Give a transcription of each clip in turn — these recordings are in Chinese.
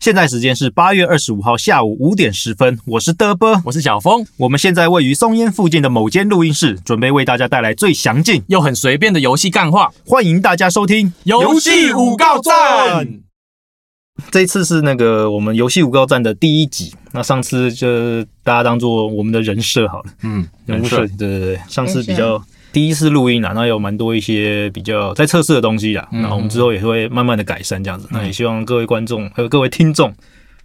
现在时间是八月二十五号下午五点十分，我是德波，我是小峰，我们现在位于松烟附近的某间录音室，准备为大家带来最详尽，又很随便的游戏干话，欢迎大家收听。游戏五告赞。这次是那个我们游戏五高站的第一集，那上次就大家当做我们的人设好了，嗯，人物设计，对对对，上次人设比较。第一次录音啦，那有蛮多一些比较在测试的东西啦，那、我们之后也会慢慢的改善这样子。那也希望各位观众还有各位听众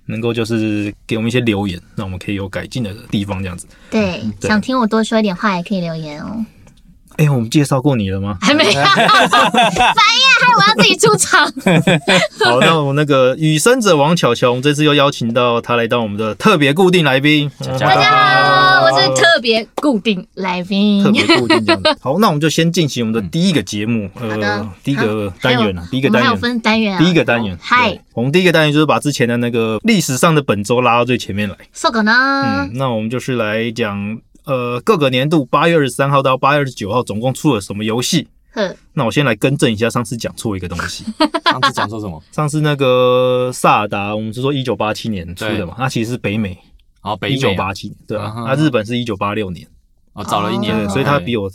能够就是给我们一些留言，那我们可以有改进的地方这样 子。对，对想听我多说一点话也可以留言 哦。？哎、我们介绍过你了吗还没有，烦呀，害我要自己出 场。好，那我那个雨生者王巧巧，我们这次又邀请到他来当我们的特别固定来宾。呃大大家好，我是特别固定来宾特。别固定这样子。好，那我们就先进行我们的第一个节目，好的呃，第一个还有单元啊，第一个我们单还有元。分单元啊。第一个单元，嗨对，我们第一个单元就是把之前的那个历史上的本周拉到最前面来。搜狗呢嗯，？那我们就是来讲，呃，各个年度八月二十三号到八月二十九号总共出了什么游戏。呵，那我先来更正一下，上次讲错一个东 西。上次讲说什么？上次那个萨尔达，我们是说一九八七年出的嘛，它其实是北美然后北一九美啊八七，对啊啊，哈那日本是一九八六年，哦，早了一年，对，哦所以它比我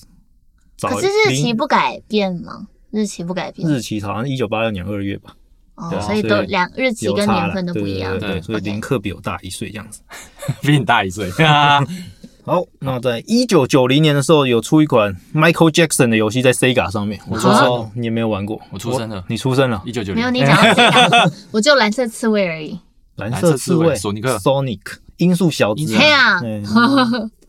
早零。可是日期不改变吗？日期不改变，日期好像一九八六年二月吧，对哦，啊所以嗯都所以两日期有跟差年了份都不一样对。对对，对所以 OK 林克比我大一岁这样子。比你大一岁，哈哈好，那在一九九零年的时候，有出一款 Michael Jackson 的游戏在 Sega 上面，我出生了哦你也没有玩过，我出生了你出生了，一九九没有零，你讲到这个，我就蓝色刺猬而已。蓝色刺刺猬猬索尼克 Sonic 音速小子对音速嘿啊。呀，嗯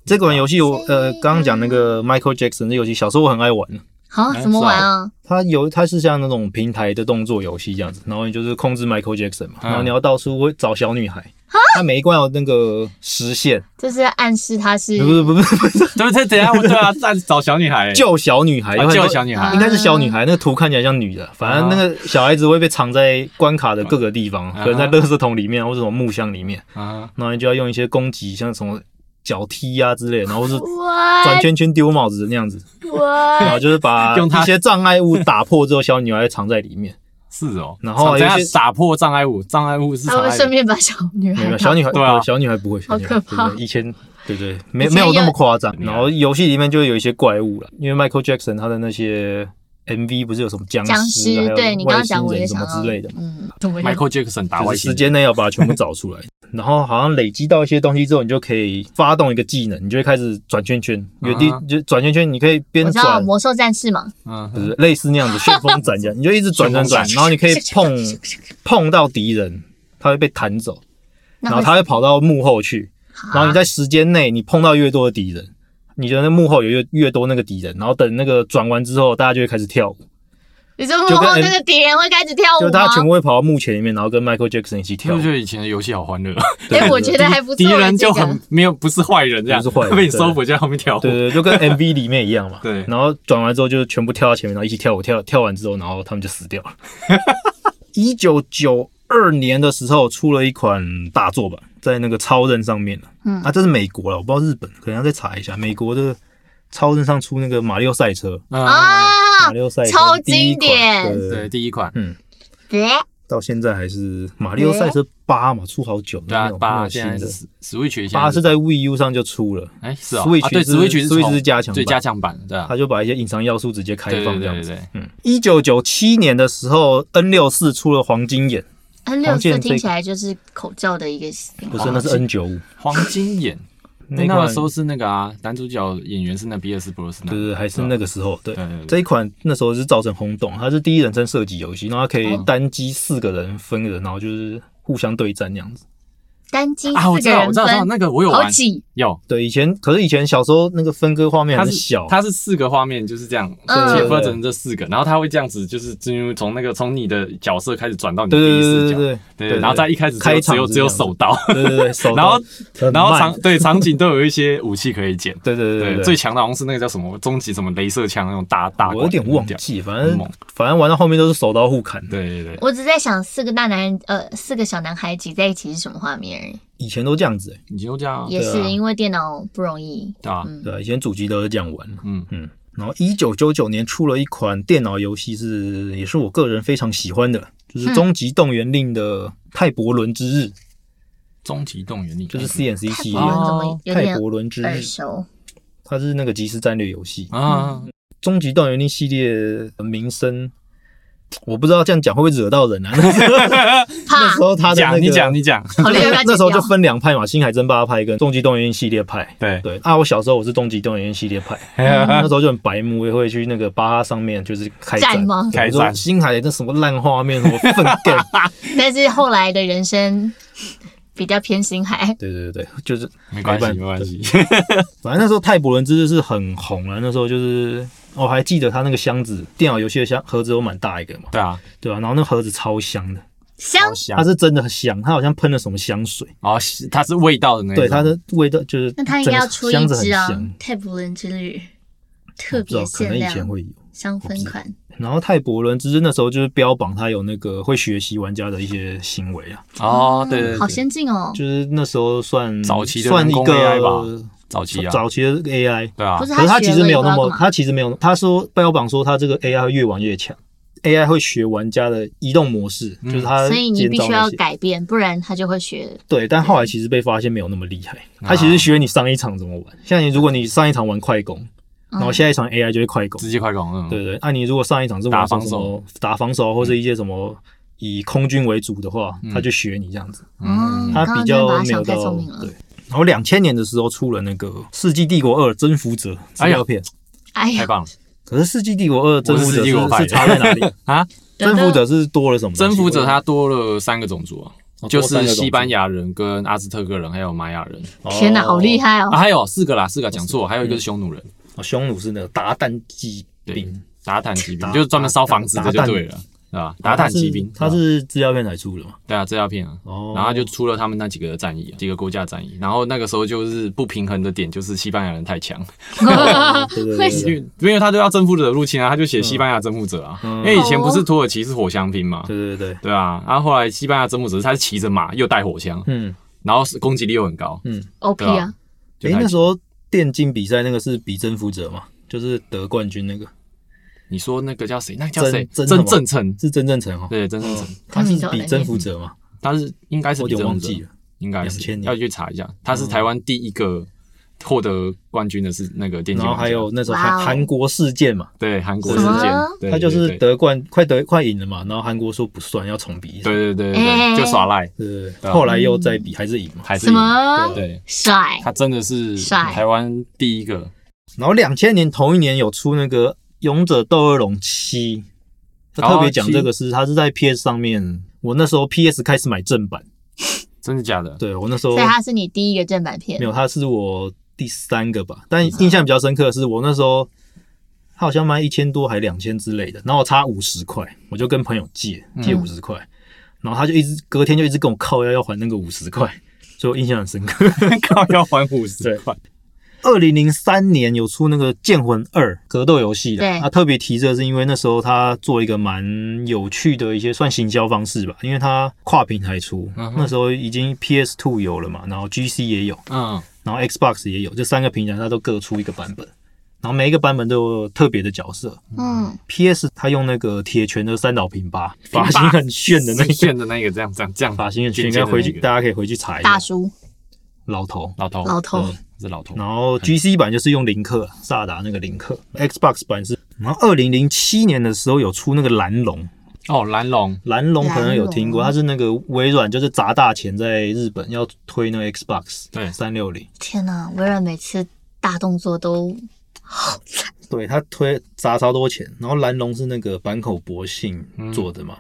这款游戏我呃刚刚讲那个 Michael Jackson 这游戏，小时候我很爱玩。哎好，怎么玩啊？它有，它是像那种平台的动作游戏这样子，然后你就是控制 Michael Jackson 嘛，嗯然后你要到处会找小女孩，它每一关有那个时限，就是暗示他是不是不是不是对不对？等一下我对啊，在找小女孩，救小女孩，有啊很多救小女孩啊应，该是小女孩，那个图看起来像女的，反正那个小孩子会被藏在关卡的各个地方，啊可能在垃圾桶里面或者什么木箱里面，啊，然后你就要用一些攻击，像什么脚踢啊之类的，然 后是转我圈圈丢帽子那样子， 然我后就是把用它一些障碍物打破之后，小女孩会藏在里面。是哦，然后等一下有一些打破障碍物，障碍物是他障会碍顺物，便把小女没有孩没有小女孩对啊小女孩不会，小女孩好可怕对对以前对对，没以前没有那有么夸 张。对啊然后游戏里面就会有一些怪物了，因为 Michael Jackson 他的那些 MV 不是有什么僵僵尸啊，还尸有，对你刚外刚讲星我也人什想么到之类的。嗯，怎么 Michael Jackson 打就外是星时间内要把它全部找出来。 然后好像累积到一些东西之后，你就可以发动一个技能，你就会开始转圈圈，原地啊就转圈圈，你可以边我知道转，魔兽战士嘛，就嗯，是类似那样子旋风斩这样，你就一直转转转，旋风斩然后你可以碰碰到敌人，他会被弹走，那然会后啊他会跑到幕后去，然后你在时间内你碰到越多的敌人，你的那幕后有越越多那个敌人，然后等那个转完之后，大家就会开始跳哦舞，你说幕后那个敌人会开始跳嗯舞就大家全吗？部会跑到幕前里面，然后跟 Michael Jackson 一起跳就舞觉。得以前的游戏好欢乐，哎，我觉得还不错，敌人这就个很没有不是坏人这样，不是坏人被你搜捕就在后面跳舞对，对，对就跟 MV 里面一样嘛。对然后转完之后就全部跳到前面，然后一起跳舞，跳跳完之后，然后他们就死掉 了。一九九二年的时候出了一款大作吧，在那个超任上面了。嗯啊，这是美国了，我不知道日本，可能要再查一下。美国的超任上出那个马里奥赛车，啊，啊马，里奥赛车超第一款经典对对对对，第一款，对到现在还是马里奥赛车八哎嘛，出好久了。对啊没有，没八有新现在的是 Switch 八是现在 Wii U 上就出了，哎是哦 Switch 啊对是 Switch 是 Switch 从是加强版对加强版，对啊他，就把一些隐藏要素直接开对放对这样对子。对，对嗯，一九九七年的时候，N 六四出了黄金眼， ，N 黄六健四这个听起来就是口罩的一个不啊是，那是 N 九五。黄 金眼。那那个时候是那个啊，男主角演员是那比尔斯布鲁斯纳对，对，对还是那个时候。对，对对对啊这一款那时候是造成轰动，它是第一人称射击游戏，然后它可以单机四个人分人，然后就是互相对战那样子。单机啊，我四知个道，我人知道，我知道分那个我有好玩，几，有，对，以前可是以前小时候那个分割画面它很是小，它是四个画面就是这样，嗯切分成这四个，然后它会这样子，就是进入从那个从你的角色开始转到你的对第对对一视对角，对对对对，然后在一开始开开场只有是只有这样手刀，对对对，手然后刀很然后慢场对场景都有一些武器可以捡，对对对对，对最。强的好像是那个叫什么终极什么镭射枪那种大大，我有点忘掉，记，反很正猛反正玩到后面都是手刀互砍的，对对对，我只在想四个大男人，呃，四个小男孩挤在一起是什么画面而已。以前都这样子、欸，你就这样啊，也嗯对啊是因为电脑不容易，对啊，对啊，以前主机都是这样玩。嗯嗯，然后一九九九年出了一款电脑游戏是，也是我个人非常喜欢的，就是嗯《终极动员令》的泰伯伦之日，终极动员力就是 CNC 泰系伯列伦哦《怎么有泰点伯伦之日耳》，熟？它是那个即时战略游戏。嗯啊，终极动员令系列的名声，我不知道这样讲会不会惹到 人啊？那时候那怕时候他的那讲个你讲你讲，好厉害，那时候就分两派嘛，星海争霸派跟终极动员令系列派。对， 对啊，我小时候我是终极动员令系列派， 那啊时候就很白目，也会去那个巴哈上面就是开战战吗对开我说战星海那什么烂画面，什 么粪 game，但是后来的人生比较偏心海，对对对对，就是没关系没办没关系，反正那时候泰伯伦之日是很红了，那时候就是我还记得他那个箱子，电脑游戏的箱盒子有蛮大一个嘛，对啊，对吧、然后那盒子超香的，香好香它，是真的很香，它好像喷了什么香水，哦，它是味道的那种，对它的味道就是那整他应该要个出一箱子很支啊，香， 《泰伯伦之旅》我特不知道别可限能以前量会有。香氛款，然后泰伯伦之日那时候就是标榜它有那个会学习玩家的一些行为啊，哦，对对嗯好对，先进哦。就是那时候算早期的算一人工个 AI 吧早期啊，早期的 AI，对啊不，是可是他他其学实了啊没也有不知那道么，干嘛，他其实没有，他说标榜说他这个 AI 会越玩越强，AI 会学玩家的移动模式，嗯就是他所以你建必造须那要些。改变，不然他就会学。对，但后来其实被发现没有那么厉害，啊他其实学你上一场怎么玩。像你如果你上一场玩快攻，嗯然后下一场 AI 就会快攻，直接快攻，嗯，对不对？那你如果上一场是玩打防嗯什么打防守啊或者一些什么以空军为主的话，他就学你这样子，哦，嗯，他刚比较刚真的把他没有想太到聪明了对。。然后两千年的时候出了那个《世纪帝国二：征服者》资哎呀料片，哎太呀，棒了可是《世纪帝国二》征服我是世者纪帝国是派是的差在哪 里？啊！征服者是多了什么东西？征服者他多了三个种族啊，哦就多三个是种族西班牙人、跟阿兹特克人还有玛雅人哦天哪，好厉！害啊，哦！还有四个啦，四个讲错，还有一个是匈奴人，哦哦匈奴是那个达旦骑兵，达坦骑兵达就是专门烧房子的就达对了，对吧？达坦骑兵，哦他是资料片才出的嘛？对啊，资料片啊。哦，然后就出了他们那几个战役、啊，几个国家战役。然后那个时候就是不平衡的点，就是西班牙人太强， 对对会对死对因为因为他都要征服者入侵啊，他就写西班牙征服者啊。嗯因为以前不是土耳其是火枪兵嘛，对对对，对啊。然后后来西班牙征服者是他是骑着马又带火枪，嗯，然后是攻击力又很高。 OP 对啊啊，就诶，太那时强候电竞比赛那个是比征服者嘛？就是得冠军那个你说那个叫谁？那个叫谁？曾曾曾什么正成，是真正成哦，对，曾正成，他是比征服者嘛？他是应该是我有比点征忘服者记，了。应该是2000年嗯要去查一下。他是台湾第一个获得冠军的是那个电然竞后玩家，还有那时候哇韩哦韩国事件嘛，对韩国什事么件，对他就对是对得冠快得快赢了嘛，然后韩国说不算，要重比一次。对对对哎对，就耍赖，对对对，对啊后来又再比还是赢嘛。还是什么对，帅？他真的是帅台湾第 一个然后两千年同一年有出那个《勇者斗恶龙七》，他特别哦讲这个是，他是在 PS 上面，我那时候 PS 开始买正版，真的假的？对我那时候所以他是你第一个正版片没，有，他是我第三个吧，但印象比较深刻的是我那时候。他好像卖一千多还两千之类的，然后我差五十块，我就跟朋友借借五十块，然后他就一直隔天就一直跟我靠要要还那个五十块，所以我印象很深刻。 靠，要还五十块，二零零三年有出那个《剑魂二》格斗游戏的，对他特别提这个是因为那时候他做一个蛮有趣的一些算行销方式吧，因为他跨平台出，嗯哼那时候已经 PS Two 有了嘛，然后 GC 也有，嗯，然后 Xbox 也有，这三个平台它都各出一个版本，然后每一个版本都有特别的角色。嗯， PS 他用那个铁拳的三岛平八，发型很炫的那个，炫的那个，这样这样这样，发型很炫，尖应尖该的回去那个大家可以回去查一下大叔老头。老头老头嗯是老头，然后 GC 版就是用林克萨达那个林克，Xbox 版是，然后二零零七年的时候有出那个蓝龙，哦，蓝龙，蓝龙可能有听过，蓝龙它是那个微软就是砸大钱在日本要推那个 Xbox 对三六零，天哪，微软每次大动作都对他推砸超多钱，然后蓝龙是那个坂口博信做的嘛，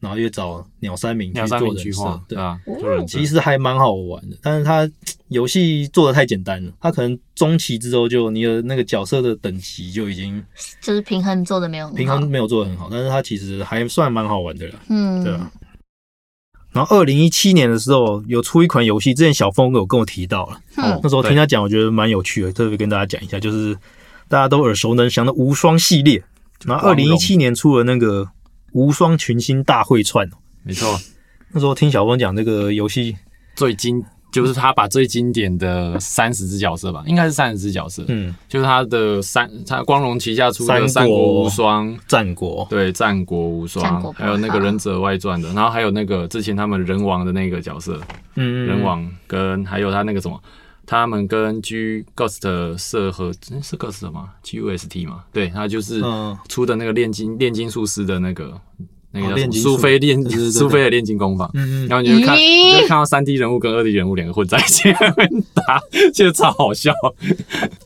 然后又找嗯鸟山明去两三做名人区设划，，对对啊，哦做人其实还蛮好玩的，但是它游戏做的太简单了，它可能中期之后就你的那个角色的等级就已经就是平衡做的没有很平好衡，没有做的很好，但是它其实还算蛮好玩的啦，对嗯啊。然后二零一七年的时候有出一款游戏，之前小峰有跟我提到了，哦嗯那时候听他讲，我觉得蛮有趣的，特别跟大家讲一下，就是大家都耳熟能详的无双系列。然后二光零荣一七年出了那个无双群星大会串，哦没错，那时候听小峰讲这个游戏，最经就是他把最经典的三十只角色吧，应该是三十只角色，嗯，就是他的三，他光荣旗下出的《三三国国无双》，战国，哦对，《战国无战双国》，不还有那个好《忍者外传》的，然后还有那个之前他们人王的那个角色，嗯，人王跟还有他那个什么，他们跟 G Ghost 社合诶是 Ghost 吗？GUST 嘛，对，他就是嗯出的那个炼金炼金术师的那个那个哦叫什炼么金苏术菲炼对对对对苏菲的炼金工坊，嗯嗯，然后你就看，咦你就看到三 D 人物跟二 D 人物两个混在一起 打，就超好笑。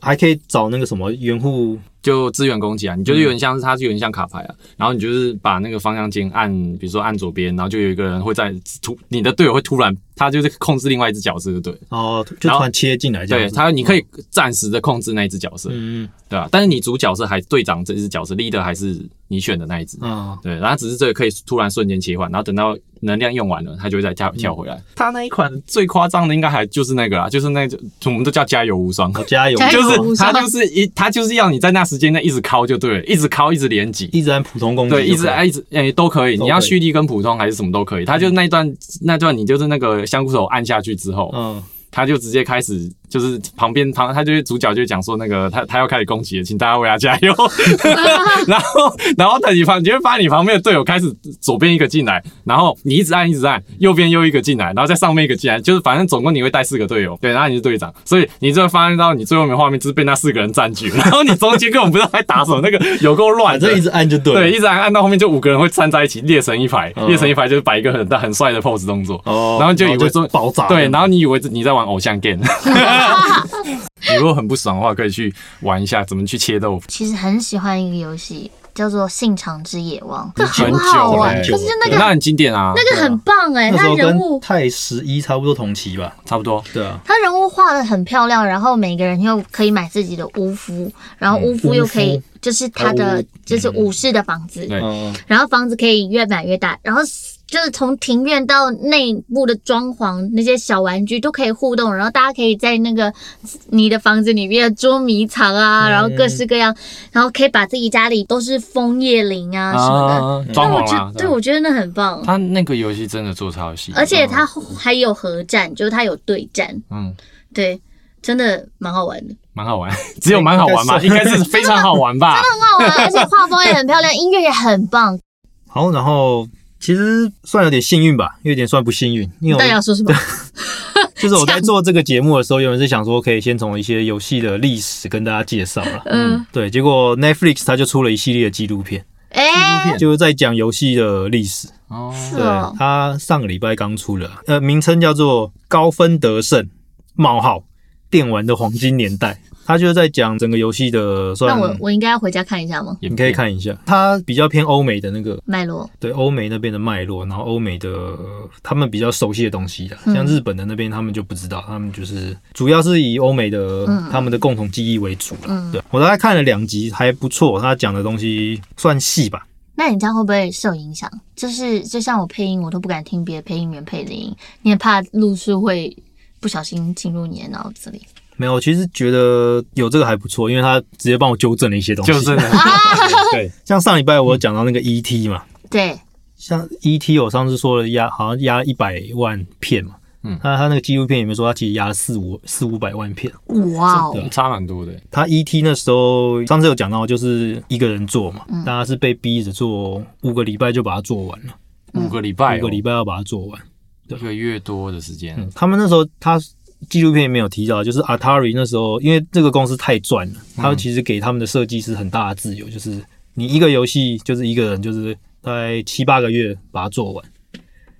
还可以找那个什么援护，就资源攻击啊，你嗯就是有点像是它就有点像卡牌啊，然后你就是把那个方向键按，比如说按左边，然后就有一个人会在突你的队友会突然，他就是控制另外一只角色就对了，然后哦就突然切进啊来这样对子，他你可以暂时的控制那一只角色，嗯对吧、但是你主角是还队长这只角色，leader 还是你选的那一只，嗯啊，对，然后只是这个可以突然瞬间切换，然后等到能量用完了，它就会再跳跳回嗯来。它那一款最夸张的应该还就是那个啦，就是那个我们都叫加油无双。好哦加油，加 油就是它就是一，它就是要你在那时间内一直敲就对了，一直敲，一直连击，一直按普通攻击就可对，以，一直哎一直诶、都可都以，可以你要蓄力跟普通还是什么都可以。它就那一段那段你就是那个香菇手按下去之后，嗯，他就直接开始，就是旁边旁，他就是主角就讲说那个他他要开始攻击了，请大家为他加油。 然后然后等你旁，你就会发现你旁边的队友开始左边一个进来，然后你一直按一直按，右边又一个进来，然后再上面一个进来，就是反正总共你会带四个队友，对，然后你是队长，所以你就会发现到你最后面画面就是被那四个人占据，然后你中间根本不知道在打什么，那个有够反乱的，正一直按就对了，对，一直按按到后面就五个人会站在一起列成一排，嗯列成一排就是摆一个很大很帅的 pose 动作，哦然后就以为说然后就爆炸对，然后你以为你在玩偶 像 game，你如果很不爽的话，可以去玩一下怎么去切豆腐。其实很喜欢一个游戏，叫做《信长之野望》，这很很久好玩，了可是就那那个很经典啊，那个很棒哎、那时他候人跟物泰十一差不多同期吧，差不多。对啊，他人物画的很漂亮，然后每个人又可以买自己的巫夫，然后巫夫又嗯可巫以夫就是他的就是武士的房子，对嗯，然后房子可以越买越大，然后就是从庭院到内部的装潢那些小玩具都可以互动，然后大家可以在那个你的房子里面捉迷藏啊，然后各式各样，然后可以把自己家里都是枫叶林啊什么的。嗯啊，那装我潢觉啊，对，我觉得那很棒。他那个游戏真的做超细，而且它还有合战，就是它有对战，嗯，对，真的蛮好玩的。蛮好玩，只有蛮好玩 嘛，应该是非常好玩吧？很好玩，而且画风也很漂亮，音乐也很棒。好，然后其实算有点幸运吧，有点算不幸运，因为大家我要说什么？就是我在做这个节目的时候，原本是想说可以先从一些游戏的历史跟大家介绍 了，嗯，对，结果 Netflix 它就出了一系列的纪录片，哎，就是在讲游戏的历史。哦，是对哦，，它上个礼拜刚出了，呃，名称叫做《高分得胜：冒号电玩的黄金年代》，它就是在讲整个游戏的那算，我我应该要回家看一下吗？也你可以看一下，它比较偏欧美的那个麦罗，对欧美那边的脉络，然后欧美的呃他们比较熟悉的东西啦，嗯像日本的那边他们就不知道，他们就是主要是以欧美的、嗯他们的共同记忆为主了。嗯对我大概看了两集，还不错，他讲的东西算细吧。那你这样会不会受影响？就是就像我配音，我都不敢听别的配音员配的音，你也怕路数会不小心进入你的脑子里。没有，我其实觉得有这个还不错，因为他直接帮我纠正了一些东西。就是那啊 对， 像上礼拜我有讲到那个 ET 嘛，对，像 ET 我上次说了压好像压一百万片嘛，嗯他他那个纪录片里面说他其实压了四五四五百万片。哇哦，对，差蛮多的。他 E.T. 那时候上次有讲到，就是一个人做嘛，大家是被逼着做，五个礼拜就把它做完了，五个礼拜哦，哦五个礼拜要把它做完。一个月多的时间，嗯，他们那时候他纪录片里面有提到，就是 Atari 那时候因为这个公司太赚了，他其实给他们的设计师很大的自由，就是你一个游戏就是一个人就是大概七八个月把它做完。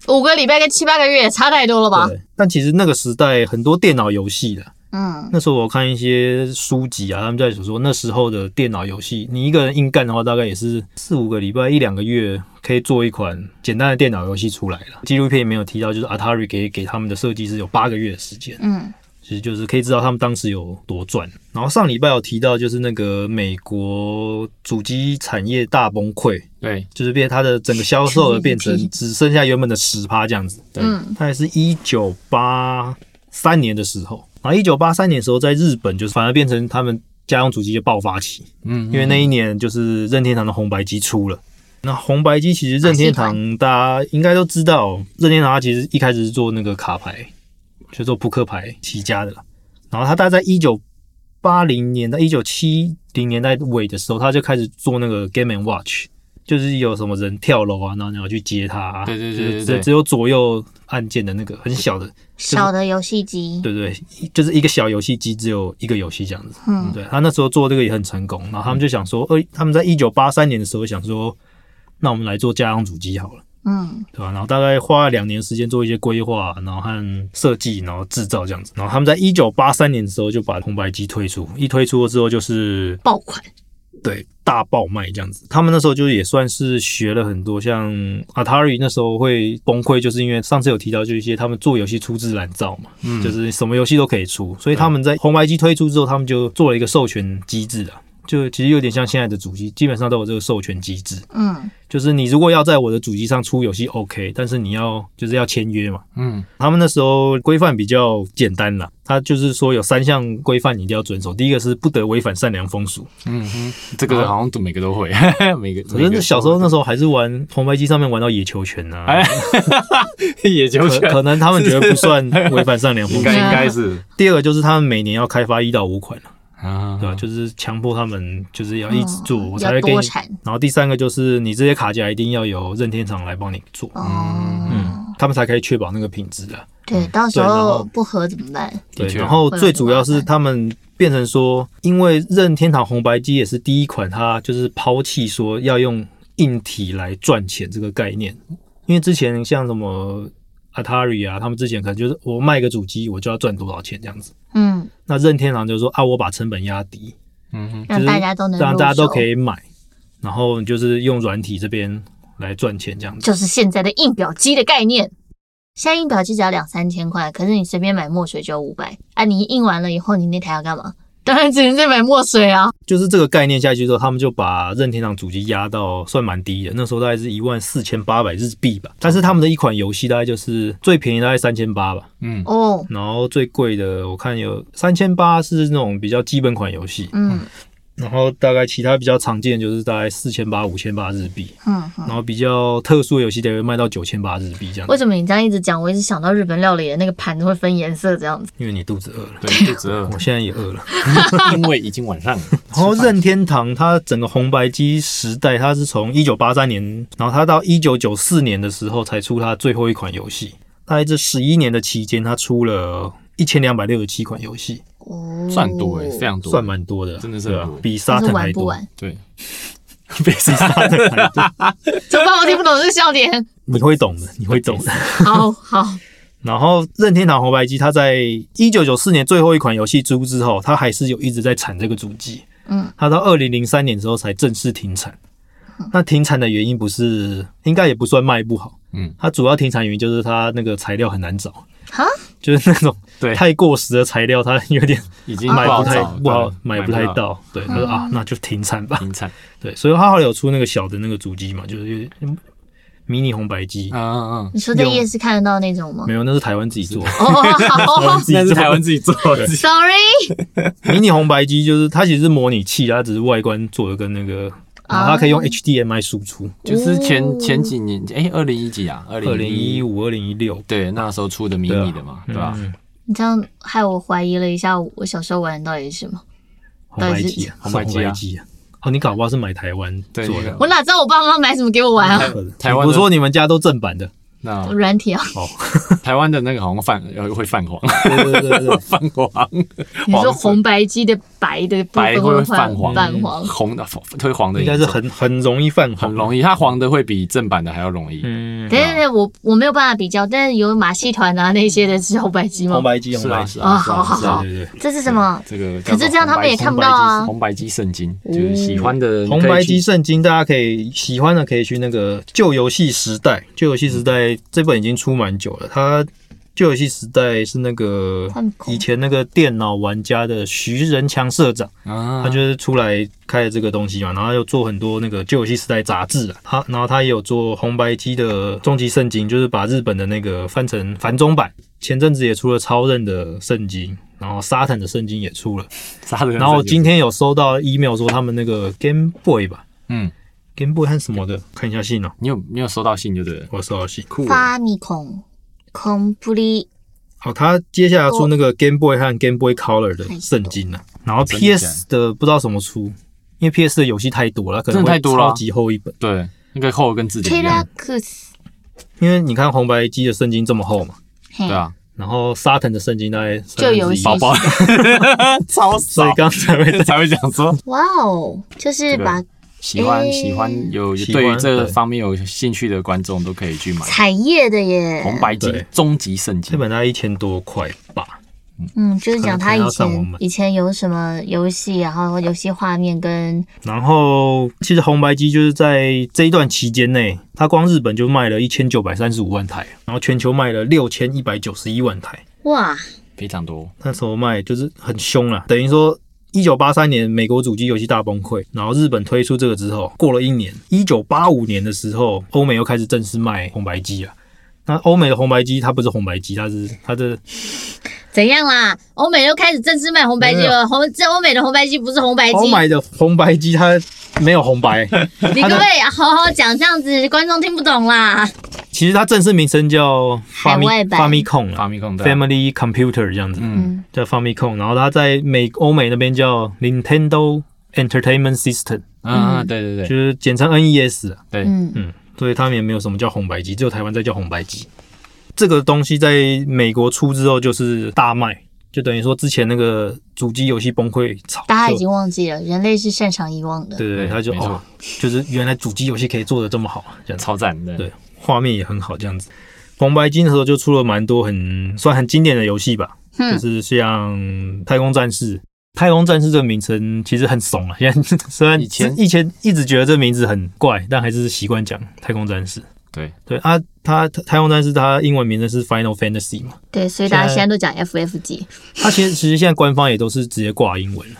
五个礼拜跟七八个月也差太多了吧？对，但其实那个时代很多电脑游戏的，嗯，那时候我看一些书籍啊，他们在说那时候的电脑游戏，你一个人硬干的话，大概也是四五个礼拜、一两个月可以做一款简单的电脑游戏出来了。纪录片也没有提到，就是 Atari 给给他们的设计师有八个月的时间，嗯，其实就是可以知道他们当时有多赚。然后上礼拜有提到，就是那个美国主机产业大崩溃，对，就是变它的整个销售额变成只剩下原本的十趴这样子。对嗯，大概是一九八三年的时候，啊，一九八三年的时候，在日本就是反而变成他们家用主机的爆发期，嗯，因为那一年就是任天堂的红白机出了。那红白机其实任天啊堂大家应该都知道，任天堂它其实一开始是做那个卡牌，就做扑克牌起家的啦。然后他大概在一九八零年代、一九七零年代尾的时候，他就开始做那个 Game and Watch，就是有什么人跳楼啊，然后你要去接他、啊，对对对就是对只对只有左右按键的那个很小的，小的游戏机，对对，就是一个小游戏机只有一个游戏这样子。嗯，对他那时候做这个也很成功，然后他们就想说，呃，他们在一九八三年的时候想说，那我们来做家用主机好了，嗯，对吧、然后大概花了两年时间做一些规划，然后和设计，然后制造这样子。然后他们在一九八三年的时候就把红白机推出，一推出了之后就是爆款，对大爆卖这样子。他们那时候就是也算是学了很多，像 Atari 那时候会崩溃，就是因为上次有提到，就一些他们做游戏出自蓝造嘛，嗯就是什么游戏都可以出，所以他们在红白机推出之后，他们就做了一个授权机制啊。就其实有点像现在的主机，基本上都有这个授权机制。嗯，就是你如果要在我的主机上出游戏，OK，但是你要就是要签约嘛。嗯他们那时候规范比较简单啦，他就是说有三项规范你一定要遵守，第一个是不得违反善良风俗，嗯哼，这个好像都每个都会， 每个。可是小时候那时候还是玩红白机上面玩到野球拳呐、哎 候野球可拳，可能他们觉得不算违反善良风 应俗该。应该是第二个就是他们每年要开发一到五款，啊，对吧？就是强迫他们就是要一直做，嗯我才要会给你多。产，然后第三个就是你这些卡夹一定要由任天堂来帮你做，哦，嗯，他们才可以确保那个品质啊。对，到时对然候后不合怎么办？对，的确然后最主要是他们变成说，因为任天堂红白机也是第一款，它就是抛弃说要用硬体来赚钱这个概念，因为之前像什么 Atari 啊，他们之前可能就是我卖个主机我就要赚多少钱这样子。嗯，那任天堂就说啊，我把成本压低，嗯哼，让就是大家都能，让大家都可以，以买，然后就是用软体这边来赚钱这样子。就是现在的印表机的概念。现在印表机只要两三千块，可是你随便买墨水就要五百啊！你印完了以后，你那台要干嘛？当然只能再买墨水啊！就是这个概念下去之后，他们就把任天堂主机压到算蛮低的，那时候大概是一万四千八百日币吧。但是他们的一款游戏大概就是最便宜大概三千八吧，嗯哦，然后最贵的我看有三千八是那种比较基本款游戏，嗯然后大概其他比较常见的就是大概四千八、五千八日币，嗯嗯。然后比较特殊的游戏得会卖到九千八日币这样为子，什么你这样一直讲，我一直想到日本料理的那个盘子会分颜色这样子？因为你肚子饿了。对，肚子饿 我，现在也饿了。因为已经晚上了。然后任天堂它整个红白机时代，它是从一九八三年，然后它到一九九四年的时候才出它最后一款游戏。大概这十一年的期间，它出了一千两百六十七款游戏，哦，算多哎，非常多，算蛮多的，真的是对很啊多，比欸沙但是腾玩还不多。玩？对， 比沙腾还多，怎么办？我听不懂这个笑点。你会懂的，你会懂的。好好，然后任天堂红白机，它在一九九四年最后一款游戏出之后，它还是有一直在产这个主机。嗯，它到二零零三年的时候才正式停产。那停产的原因不是，应该也不算卖不好，嗯，它主要停产原因就是它那个材料很难找，哈，就是那种对太过时的材料，它有点已经买好不太找不好对买不太，到，对，他说啊，那就停产吧，停产。对，所以它后来有出那个小的那个主机嘛，就是迷你红白机，嗯嗯嗯，你说在夜市看得到那种吗没？有，那是台湾自己做的。哦， 好自己做那是台湾自己做的， ，sorry，迷你红白机就是它其实是模拟器，它只是外观做的跟那个，然后它可以用 HDMI 输出，就是哦前前几年，哎，二零一几啊，二二零一五，五、二零一六，对，那时候出的迷你的嘛，对吧？嗯？你这样害我怀疑了一下，我小时候玩的到底是什么？红白机啊，红白机啊机啊。哦，你搞不好是买台湾对做的我哪知道我爸妈买什么给我玩啊？可能，台湾的我说你们家都正版的那软 体啊，哦，台湾的那个好像泛呃 会泛黄，对对对对对，泛黄，你黄说色红白机的白的部白分会会泛黄，泛黄，红的推黄 的嗯应该是很很容易泛很红。容易，它黄的会比正版的还要容易。嗯，等等等，我我没有办法比较，但是有马戏团啊那些的是红白机吗红？白机，是红白啊机是是啊，哦是啊好好是啊啊，好对对对。这是什么？这个可是这样他们也看不到啊红白机圣经就是喜欢的红白机你可以去圣经，大家可以喜欢的可以去那个旧游戏时代，旧游戏嗯时代这本已经出蛮久了，它。旧游戏时代是那个换孔以前那个电脑玩家的徐仁强社长，啊，他就是出来开了这个东西嘛，然后又做很多那个旧游戏时代杂志啊，他然后他也有做红白机的终极圣经，就是把日本的那个翻成繁中版。前阵子也出了超任的圣经，然后沙坦的圣经也出了，杀人。然后今天有收到 email 说他们那个 Game Boy 吧。嗯， Game Boy 和什么的，看一下信哦、嗯你有你有收到信就对了，我收到信，酷发米孔 c o m p l e 哦，他接下来出那个 Game Boy 和 Game Boy Color 的圣经啊，然后真的假的 PS 的不知道什么出，因为 PS 的游戏太多了，它可能真的会太多了啊超级厚一本。对，那个厚得跟字典一样， Terrakus，因为你看红白机的圣经这么厚嘛，嘿对，啊，然后沙腾的圣经大概就有31一 宝宝超所以少，刚才 会才会讲 说哇哦，就是把喜欢诶喜欢有喜欢对于这对方面有兴趣的观众都可以去买彩页的耶，红白机对终极圣这经，本大概一千多块吧，嗯，就是讲他可能以要上网前买以前有什么游戏，然后游戏画面跟然后其实红白机就是在这一段期间内，它光日本就卖了一千九百三十五万台，然后全球卖了六千一百九十一万台，哇，非常多，那时候卖就是很凶啦，等于说。一九八三年，美国主机游戏大崩溃，然后日本推出这个之后，过了一年，一九八五年的时候，欧美又开始正式卖红白机了。那欧美的红白机，它不是红白机，它是它的怎样啦？欧美又开始正式卖红白机没了，红这欧美的红白机不是红白机欧，美的红白机，它没有红 白，你可不可以好好讲？这样子观众听不懂啦。其实它正式名称叫海外 Fami 版 Famicom 发啦明控的， ，Family Computer 这样子，嗯，嗯，叫 Famicom。然后它在美欧美那边叫 Nintendo Entertainment System，嗯，对对就对是简称 NES 啊。对，嗯，嗯，所以他们也没有什么叫红白机，只有台湾在叫红白机。这个东西在美国出之后就是大卖，就等于说之前那个主机游戏崩溃潮，大家就已经忘记了，人类是擅长遗忘的。对对，对对他就没错哦，就是原来主机游戏可以做的这么好，这样子。超赞的，对，画面也很好，这样子。红白机的时候就出了蛮多很算很经典的游戏吧，嗯就是像《太空战士》。太空战士这个名称其实很怂啊，现在 虽然以前以前一直觉得这名字很怪，但还是习惯讲太空战士。对对啊，它它太空战士它英文名称是 Final Fantasy 嘛，对，所以大家现在现在都讲 FF 级。它其实其实现在官方也都是直接挂英文了，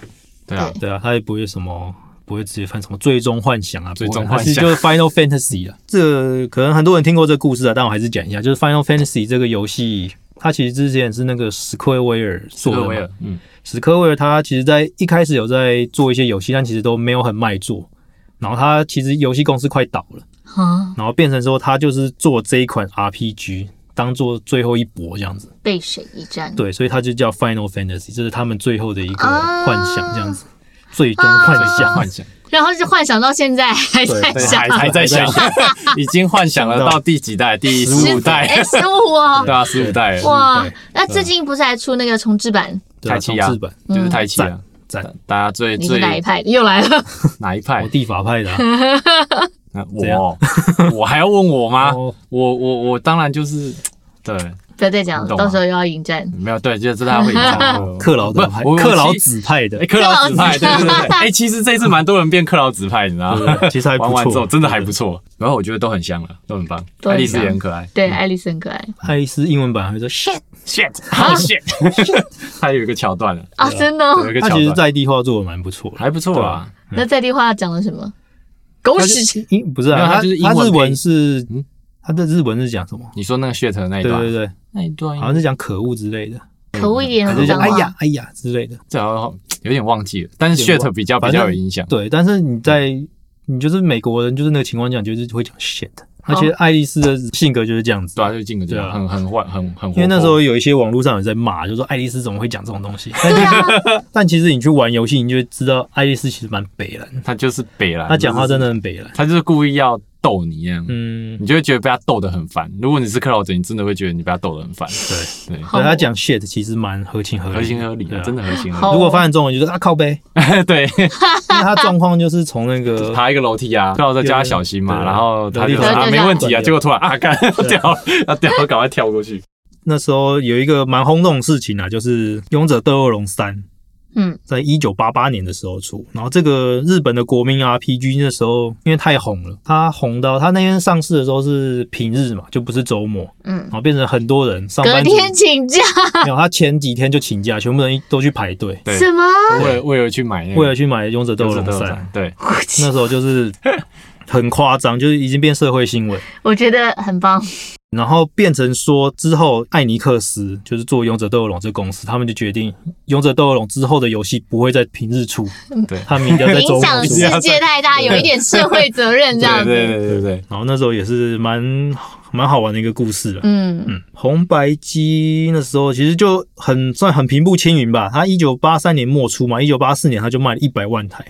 对啊，对啊，它也不会什么不会直接翻什么最终幻想啊，不会最终幻想它其实就是 Final Fantasy 啊。这可能很多人听过这个故事啊，但我还是讲一下，就是 Final Fantasy 这个游戏，它其实之前是那个史克威尔做的勒嘛维尔，嗯，史克威尔他其实在一开始有在做一些游戏，但其实都没有很卖座。然后他其实游戏公司快倒了，啊，然后变成说他就是做这一款 RPG 当做最后一搏这样子。背水一战。对，所以它就叫 Final Fantasy，这是他们最后的一个啊幻想，这样子，最终幻想。嗯幻想，然后就幻想到现在还在对对，想还，还在想， 已经幻想了到第几代？第十五代，哎，十五哦对，啊，十五代了，哇对！那最近不是还出那个重置版？对啊，太重气啊置版，就是太气了。赞，大家最你是最哪一派？又来了，哪一派我？地法派的啊、啊怎样我 我还要问我吗？哦我我我当然就是对， 不要再讲你了，啊懂吗到时候又要迎战。没有对，就是他会影响克劳德派，克劳。子派的 哎，，哦克劳子派，克对劳对子对， 对哎，其实这次蛮多人变克劳子派，你知道吗？对其实还不玩错，完之后真的还不错，然后我觉得都很香了，都很棒。都爱很丽丝也香很可爱，嗯对，爱丽丝很可爱爱斯英文版还说 shit， shit，好 Oh, shit，它有一个桥段了，啊，真的哦。有一个他桥其实段，在地化做的蛮不错的。还不错啊。那嗯在地话讲了什么？狗他屎！是英不是没有啊，他他就是英他文日配文是嗯，他的日文是讲什么？你说那个 shit 的那一对对段，对，那一段好像是讲可恶之类的，可恶一点还的是脏讲哎话呀。哎呀之类的。这好像有点忘记了，但是有点 shit 比较比反较正有影响。对，啊但是你在你就是美国人，就是那个情况讲，就是会讲 shit。而且爱丽丝的性格就是这样子，对啊，就进个这对样，啊很很坏，很很活因为那时泼候有一些网络上有在骂，就说爱丽丝怎么会讲这种东西？对啊， 但其实你去玩游戏，你就会知道爱丽丝其实蛮北蓝，他就是北啦，她讲话就是真的很北蓝。他就是故意要逗你那样，嗯，你就会觉得被他逗得很烦。如果你是克劳德，你真的会觉得你被他逗得很烦。对，对，好对她讲 shit 其实蛮合情合理，合情合理对，啊真的合情合好如果翻成中文就是啊靠背，理。 对，因为她状况就是从那 个爬一个楼梯啊，克劳德叫他小心嘛，对然后他就说楼梯啊上没问题转啊，掉结果突然啊干 掉了，要掉了，赶快跳过去。那时候有一个蛮轰动的事情啊，就是《勇者斗恶龙三》嗯，在一九八八年的时候出，然后这个日本的国民 RPG 那时候因为太红了，它红到它那天上市的时候是平日嘛，就不是周末，嗯然后变成很多人上隔班族，天请假。 没有他前几天就请假，全部人都去排队，对什么？为了为了去买那个为了去买《嗯勇者斗恶龙斗三》，伞，对，那时候 就是很夸张，就是已经变社会新闻。 我觉得很棒。然后变成说之后，艾尼克斯就是做《勇者斗恶龙》这公司，他们就决定《勇者斗恶龙》之后的游戏不会在平日出，对他们一定要在周影末响出。世界太大，有一点社会责任这样对对子。对对对对，然后那时候也是蛮蛮好玩的一个故事了。嗯嗯，红白机那时候其实就很算很平步青云吧。它一九八三年末出嘛，一九八四年它就卖了一百万台，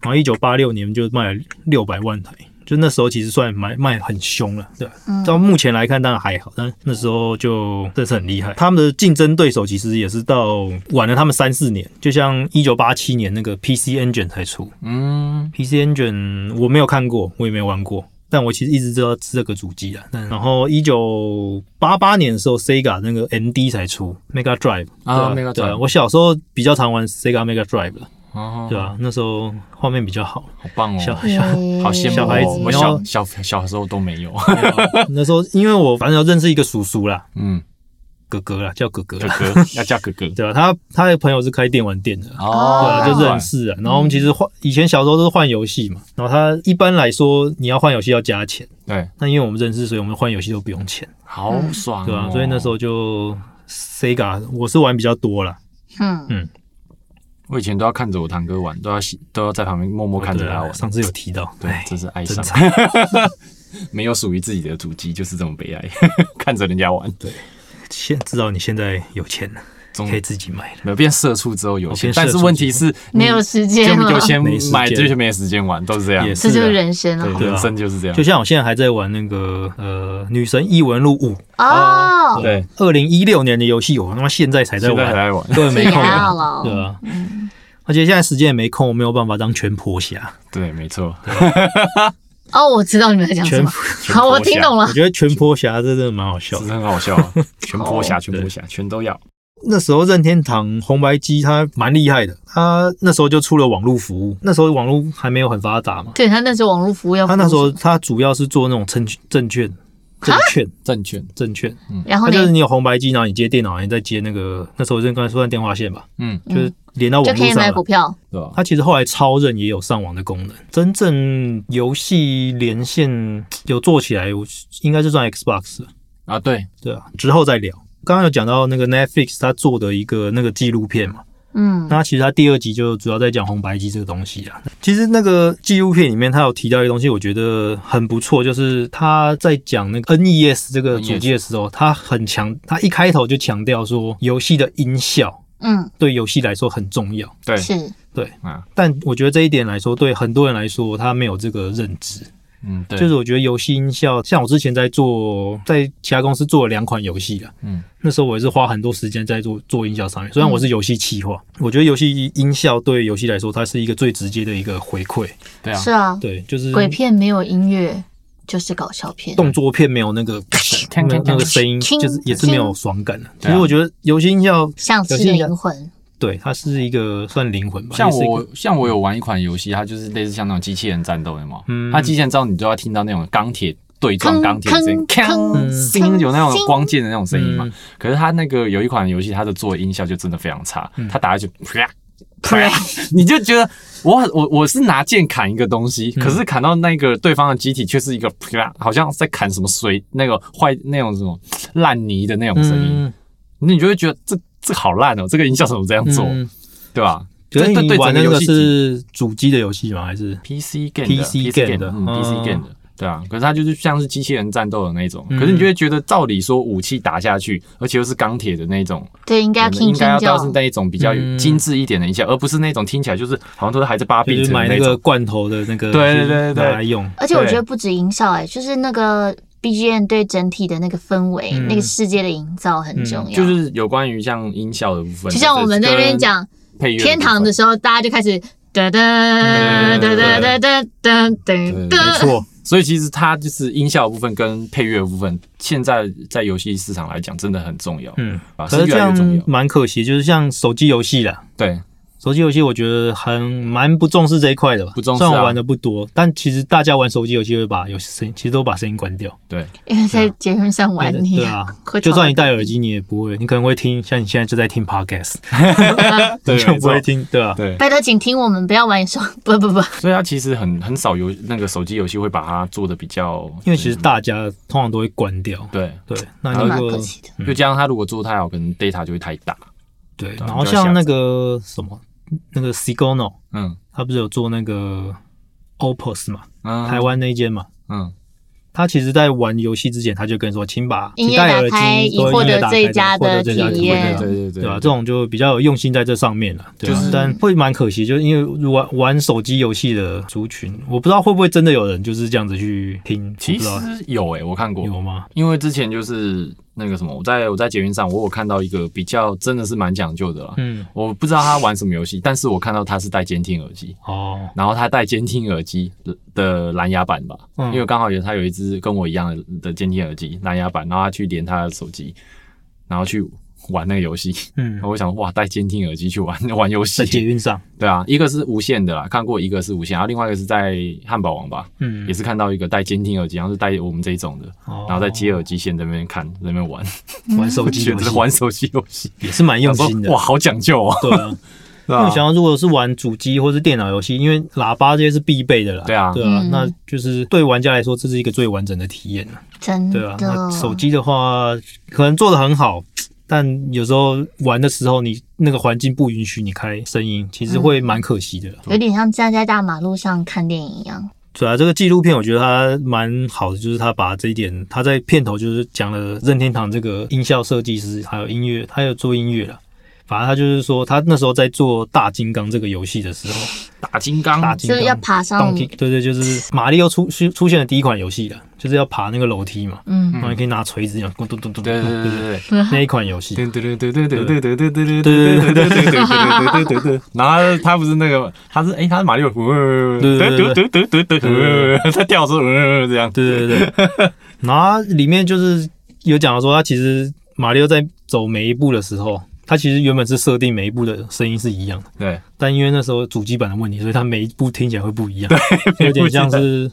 然后一九八六年就卖了六百万台，就那时候其实算卖卖很凶了，对吧。到目前来看当然还好，但那时候就真是很厉害。他们的竞争对手其实也是到晚了他们三四年，就像一九八七年那个 PC Engine 才出，嗯 PC Engine 我没有看过，我也没玩过，但我其实一直知道这个主机啊。嗯但然后一九八八年的时候，Sega 那个 MD 才出 Mega Drive 啊对 Mega 对 Drive 我小时候比较常玩 Sega Mega Drive 了哦，对吧、那时候画面比较好，好棒小哦，小嗯好羡慕小孩子哦！我然后小小小时候都没有， 那时候因为我反正有认识一个叔叔啦，嗯，哥哥啦，叫哥哥哥啦， 哥要叫哥哥对吧、他他的朋友是开电玩店的，对哦啊，就认识啊。然后我们其实换以前小时候都是换游戏嘛，然后他一般来说你要换游戏要加钱，对，那因为我们认识，所以我们换游戏都不用钱。好爽哦，对啊，所以那时候就 Sega 我是玩比较多啦，嗯我以前都要看着我堂哥玩，都要喜都要在旁边默默看着对他啊，玩，上次有提到，对哎，真是哀真伤，惨， 没有属于自己的主机就是这么悲哀， 看着人家玩，现知道你现在有钱了，总可以自己买了。没有变社畜之后有我钱哦变，但社是畜问题是没有时你间啊就了，就先没时间买这就没时间玩，都是这样也，是这就是啊人生对了。对啊人生就是这样就，像我现在还在玩那个呃《女神异闻录五》，哦，啊对，二零一六年的游戏，我他妈现在才在现在还玩，在根嗯玩，本没空啊，要了，对啊。而且现在时间也没空，我没有办法当全婆 侠。对，没 错，哦，我知道你们在讲什么，全好，我全听懂我了。觉得全婆侠这真的蛮好笑是的。 很好笑啊，全剥侠，全对剥侠，全都要，那时候任天堂红白机它蛮厉害的，它那时候就出了网络服务，那时候网络还没有很发达嘛，对他那时候网络服务要，他那时候，他主要是做那种证证券、证券、证券，证券，然后他呢就是你有红白机，然后你接电脑，你再接那个那时候应该算电话线吧，嗯，就是连到就网可络以上买了股。票，对吧？它其实后来超任也有上网的功能，真正游戏连线有做起来，我应该就算 Xbox 了啊，对，对啊，之后再聊。刚刚有讲到那个 Netflix 它做的一个那个纪录片嘛，嗯那其实它第二集就主要在讲红白机这个东西啊。其实那个纪录片里面，它有提到一个东西，我觉得很不错，就是他在讲那个 NES 这个主机的时候，他很强，他一开头就强调说游戏的音效嗯，对游戏来说很重要。对，是，啊但我觉得这一点来说，对很多人来说，他没有这个认知。嗯，对，就是我觉得游戏音效，像我之前在做，在其他公司做了两款游戏啊，嗯，那时候我也是花很多时间在做做音效上面。虽然我是游戏企划，我觉得游戏音效对游戏来说，它是一个最直接的一个回馈。对啊是，啊，对，就是鬼片没有音乐就是搞笑片，动作片没有那个没有那个声音，听就是也是没有爽感的。其对啊实我觉得游戏音效，像是的灵魂，对它是一个算灵魂吧，像也是一个我像我有玩一款游戏，它就是类似像那种机器人战斗的嘛。嗯它机器人战斗你就要听到那种钢铁对撞铿钢铁的声音，铿铿铿铿，铿有那种光剑的那种声音嘛嗯。可是它那个有一款游戏，它的做的音效就真的非常差，嗯它打下去啪啪， 你就觉得我很我我是拿剑砍一个东西，嗯可是砍到那个对方的机体却是一个啪，好像在砍什么水那个坏那种什么烂泥的那种声音，嗯，那你就会觉得这这好烂哦，这个音效怎么这样做，嗯对吧？可是这你对玩整那游个戏是主机的游戏吗？还是 PC game 的 PC game 的嗯嗯 PC game 的，对啊。可是它就是像是机器人战斗的那种，可是嗯你就会觉得，照理说武器打下去，而且又是钢铁的那种，对，应该要可能听应该尖要叫到，是那一种比较嗯精致一点的音效，而不是那种听起来就是好像都是还在扒就壁是纸买那那个种。罐头的那个，对对对对对拿来用。而且我觉得不止营销，哎，就是那个 BGM 对整体的那个氛围、嗯那个世界的营造很重要。就是有关于像音效的部分，就像我们在那边讲配乐部分天堂的，时候，大家就开始哒哒哒哒哒哒对哒噔 对没噔，错，所以其实它就是音效的部分跟配乐的部分，现在在游戏市场来讲真的很重要，嗯，啊，可是是越这来越重样要。蛮可惜，就是像手机游戏啦，对，手机游戏我觉得很蛮不重视这一块的吧，不重视啊虽然我玩的不多，但其实大家玩手机游戏会把游戏声，其实都把声音关掉。因为在节目上玩对你对 啊会，就吵算得你戴耳机，你也不会，你可能会听，像你现在就在 听 podcast，对你就没不错会听，对啊吧？对，拜托，请听我们，不要玩手，不不不，啊所以它其实很很少游那个手机游戏会把它做的比较，因为其实大家通常都会关掉，对，对，那还有那蛮个可惜的。嗯又加上它如果做太好，可能 data 就会太大。对，对啊然后就要像下那个什么那个 Sigono，嗯他不是有做那个 Opus 嘛，嗯，台湾那一间嘛，嗯他其实在玩游戏之前，他就跟你说，请把音请乐戴打耳开机，以对获音乐得打最开佳获的得最佳体体验验，对对对对吧？啊这种就比较有用心在这上面了，对吧？啊就是但会蛮可惜，就是因为玩玩手机游戏的族群，我不知道会不会真的有人就是这样子去听，其我不实知道有诶、我看过，有吗？因为之前就是那个什么，我在我在捷运上，我有看到一个比较真的是蛮讲究的啦。嗯，我不知道他玩什么游戏，但是我看到他是戴监听耳机，哦，然后他戴监听耳机的蓝牙版吧，嗯因为刚好有他有一只跟我一样的的监听耳机蓝牙版，然后他去连他的手机，然后去玩那个游戏。嗯然后，我想哇，戴监听耳机去玩玩游在捷戏，运上，对啊，一个是无线的啦，看过一个是无线，然后啊另外一个是在汉堡王吧，嗯也，是看到一个戴监听耳机，然后是戴我们这一种的，然然后再接耳机线在那边看，在那边玩，嗯玩手机选游择戏，玩手机游戏，也是蛮用心想的说哇，，好讲究哦，对啊。对因为啊我想要，如果是玩主机或是电脑游戏，因为喇叭这些是必备的啦。对啊对啊，嗯那就是对玩家来说，这是一个最完整的体验了。真对啊，那的。手机的话，可能做的很好，但有时候玩的时候，你那个环境不允许你开声音，其实会蛮可惜的啦。有点像站在大马路上看电影一样，对啊，这个纪录片我觉得它蛮好的，就是它把这一点，它在片头就是讲了任天堂这个音效设计师，还有音乐，还有做音乐了。反正他就是说，他那时候在做《大金刚》这个游戏的时候，打金刚，大金嗯就刚是要爬上动，对对，就是马里奥出出出现的第一款游戏了，就是要爬那个楼梯嘛，嗯，然后你可以拿锤子一样，咚咚咚咚，对对对对对。那一款游 戏，对对对对对对对对对对对对对对对对对对。然后他不是那个，他是哎，他是马里奥，对对对对对对，他跳出这样。对对对。然后它里面就是有讲到说，他啊其实马里奥在走每一步的时候，他其实原本是设定每一步的声音是一样的，对，但因为那时候主机版的问题，所以他每一步听起来会不一样，有点像是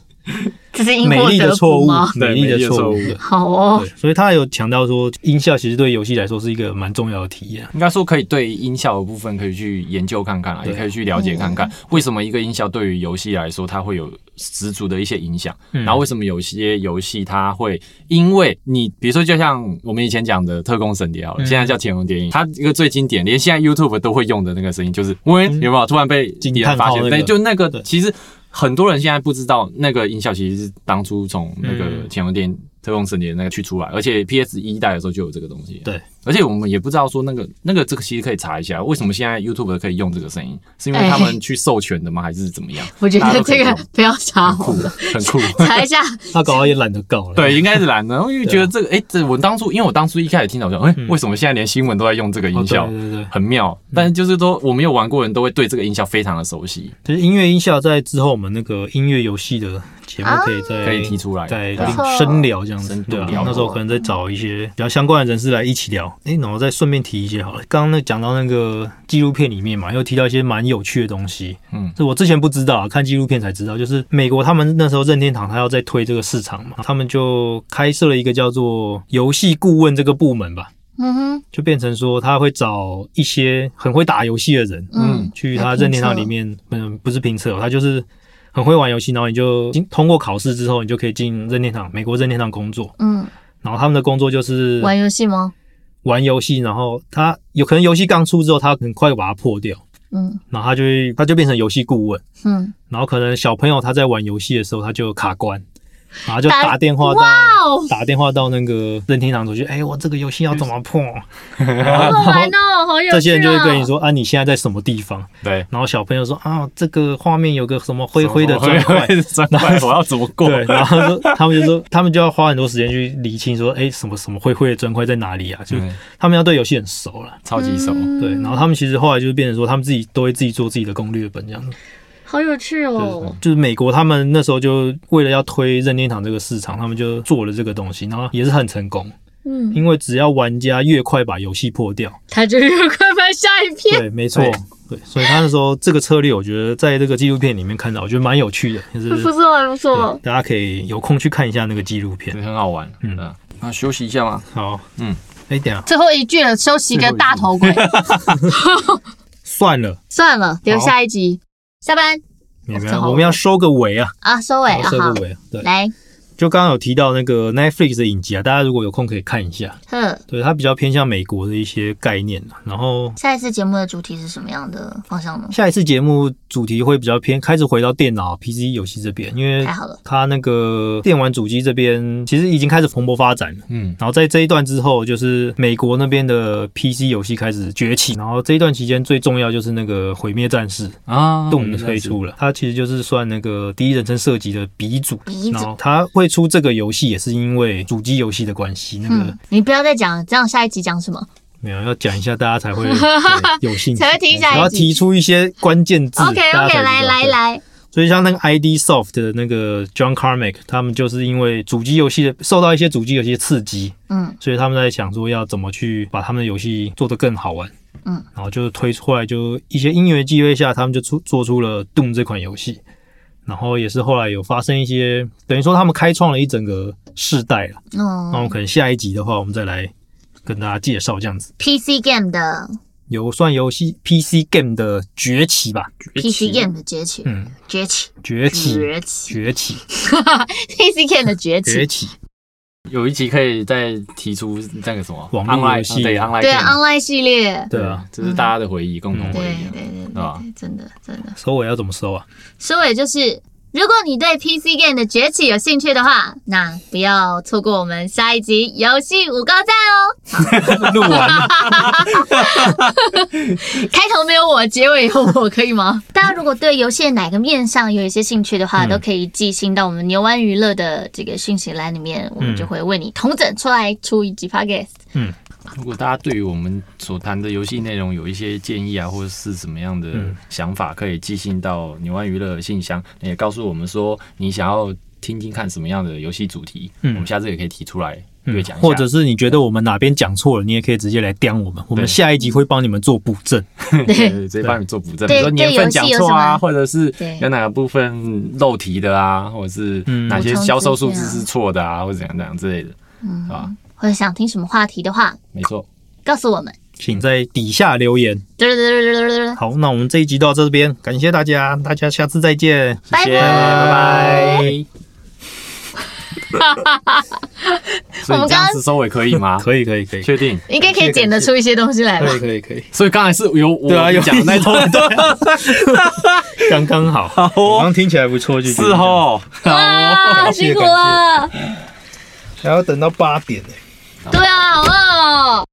这是因美祸丽的得错福误吗？，美丽的错误对美丽的对，好哦，所以他有强调说，音效其实对游戏来说是一个蛮重要的体验。应该说可以对音效的部分可以去研究看看啊，也可以去了解看看为什么一个音效对于游戏来说它会有十足的一些影响，嗯然后为什么有些游戏它会因为你比如说就像我们以前讲的特工神谍好了，嗯现在叫天龙谍影，它一个最经典，连现在 YouTube 都会用的那个声音就是喂有没有突然被敌人嗯惊发叹号现？那个对，就那个对其实很多人现在不知道那个音效其实是当初从那个嗯天龙谍影特工神谍那个去出来，而且 PS 一代的时候就有这个东西。对。而且我们也不知道说那个那个这个其实可以查一下，为什么现在 YouTube 可以用这个声音，是因为他们去授权的吗，还是怎么样？我觉大家得都可以这个用不要查酷我了，，很酷。查一下，他搞到也懒得搞了。对，应该是懒的，因为啊觉得这个，哎、这我当初，因为我当初一开始听到我说，哎、为什么现在连新闻都在用这个嗯哦，对音效，对对，嗯很妙。但是就是说，我没有玩过的人都会对这个音效非常的熟悉，就是音乐音效在之后我们那个音乐游戏的节目啊可以再、可以提出来。再对啊不错另深聊这样子深，度对啊聊，那时候可能再找一些比较相关的人士来一起聊。哎、那我再顺便提一些好了。刚刚那讲到那个纪录片里面嘛，又提到一些蛮有趣的东西。嗯这我之前不知道、啊，看纪录片才知道，就是美国他们那时候任天堂他要在推这个市场嘛，他们就开设了一个叫做游戏顾问这个部门吧， 嗯哼，就变成说他会找一些很会打游戏的人，嗯，去他任天堂里面，嗯，不是评测哦，他就是很会玩游戏，然后你就经通过考试之后，你就可以进任天堂，美国任天堂工作。嗯，然后他们的工作就是玩游戏吗？玩游戏，然后他有可能游戏刚出之后，他很快把它破掉，嗯然后他就会他就变成游戏顾问。嗯，然后可能小朋友他在玩游戏的时候，他就卡关，然后就打打电话到哇哦，打电话到那个任天堂出去，哎，我这个游戏要怎么破？好 玩哦，好有趣哦，这些人就会跟你说啊，你现在在什么地方？对，然后小朋友说啊，这个画面有个什么灰灰的 砖块，灰灰的砖 块，我要怎么过？对，然后说他们就说， 他们就要花很多时间去理清说，哎，什么什么灰灰的砖块在哪里啊？就 对他们要对游戏很熟了，超级熟。嗯对。然后他们其实后来就是变成说，他们自己都会自己做自己的攻略本这样子。好有趣哦，就是美国他们那时候就为了要推任天堂这个市场，他们就做了这个东西，然后也是很成功，嗯，因为只要玩家越快把游戏破掉，他就越快翻下一篇，对，没错对。对，所以他那时候这个策略，我觉得在这个纪录片里面看到，我觉得蛮有趣的，就是不错不对错，大家可以有空去看一下那个纪录片嗯对，。很好玩。嗯嗯，那休息一下嘛。好，嗯，哎、等一下最后一句了，休息个大头鬼，算了。 算了，留下一集，下班你哦们这要好我们要收个尾啊，啊，收尾啊，好收好个，尾啊，对。来，就刚刚有提到那个 Netflix 的影集啊，大家如果有空可以看一下。呵，对，它比较偏向美国的一些概念啊然后下一次节目的主题是什么样的方向呢？下一次节目主题会比较偏，开始回到电脑 PC 游戏这边，因为太好了，它那个电玩主机这边其实已经开始蓬勃发展了。嗯，然后在这一段之后，就是美国那边的 PC 游戏开始崛起。然后这一段期间最重要就是那个《毁灭战士》啊嗯动的推出了，它其实就是算那个第一人称射击的鼻祖。鼻然子。后它会出这个游戏，也是因为主机游戏的关系。那个嗯，你不要再讲，这样下一集讲什么？没有要讲一下，大家 才会对有兴趣，才会听下一集然后提出一些关键字 OK 嗯大家才 OK，知道来来对来，所以像那个 ID Soft 的那个 John Carmack，他们就是因为主机游戏的受到一些主机游戏的刺激，嗯，所以他们在想说要怎么去把他们的游戏做得更好玩。嗯，然后就推出来，就一些因缘际会下，他们就出做出了 Doom 这款游戏。然后也是后来有发生一些，等于说他们开创了一整个世代了。那我哦们可能下一集的话，我们再来跟大家介绍这样子， ，PC game 的游算游戏 PC game 的崛起吧。 PC game 的崛起，嗯，崛起，崛起，崛崛 起起， ，PC game 的崛崛起。起。有一集可以再提出那个什么网络 online- 啊游戏对 online，对啊 game ，online 系列，对啊，这是大家的回忆，共同对回忆对啊。对对吧对，真的真的。收尾要怎么收啊？收尾就是，如果你对 PC game 的崛起有兴趣的话，那不要错过我们下一集游戏五高赞哦。 录完了，开头没有我，结尾有我，可以吗？ 嗯大家如果对游戏的哪个面上有一些兴趣的话，都可以寄信到我们牛湾娱乐的这个讯息栏里面，我们就会为你统整出来出一集 podcast。如果大家对于我们所谈的游戏内容有一些建议啊，或者是什么样的嗯想法，可以寄信到牛湾娱乐信箱，也告诉我们说你想要听听看什么样的游戏主题，嗯我们下次也可以提出来嗯略讲一下。或 者是你觉得我们哪边讲错了，你也可以直接来刁我们，我们下一集会帮你们做补正。对直接帮你做补正，比对如说年份讲错啊，对对游戏有什么或者是对有哪个部分漏题的啊，或者是嗯哪些销售数字是错的啊，或者怎样怎样之类的，嗯，啊，或者想听什么话题的话，没错，告诉我们。请在底下留言。拜好，那我们这一集到这边，感谢大家，大家下次再见。谢谢，拜。拜拜。所以我你们这刚样子收尾可以吗？可以，可以，可以，确定？应该可以剪得出一些东西来吧？可以，可以，可以。所以刚才是由我对啊，有讲的那头，对刚刚好， 刚刚听起来不错，就是哦，啊，感谢辛苦了，还要等到八点呢。对啊，好饿哦。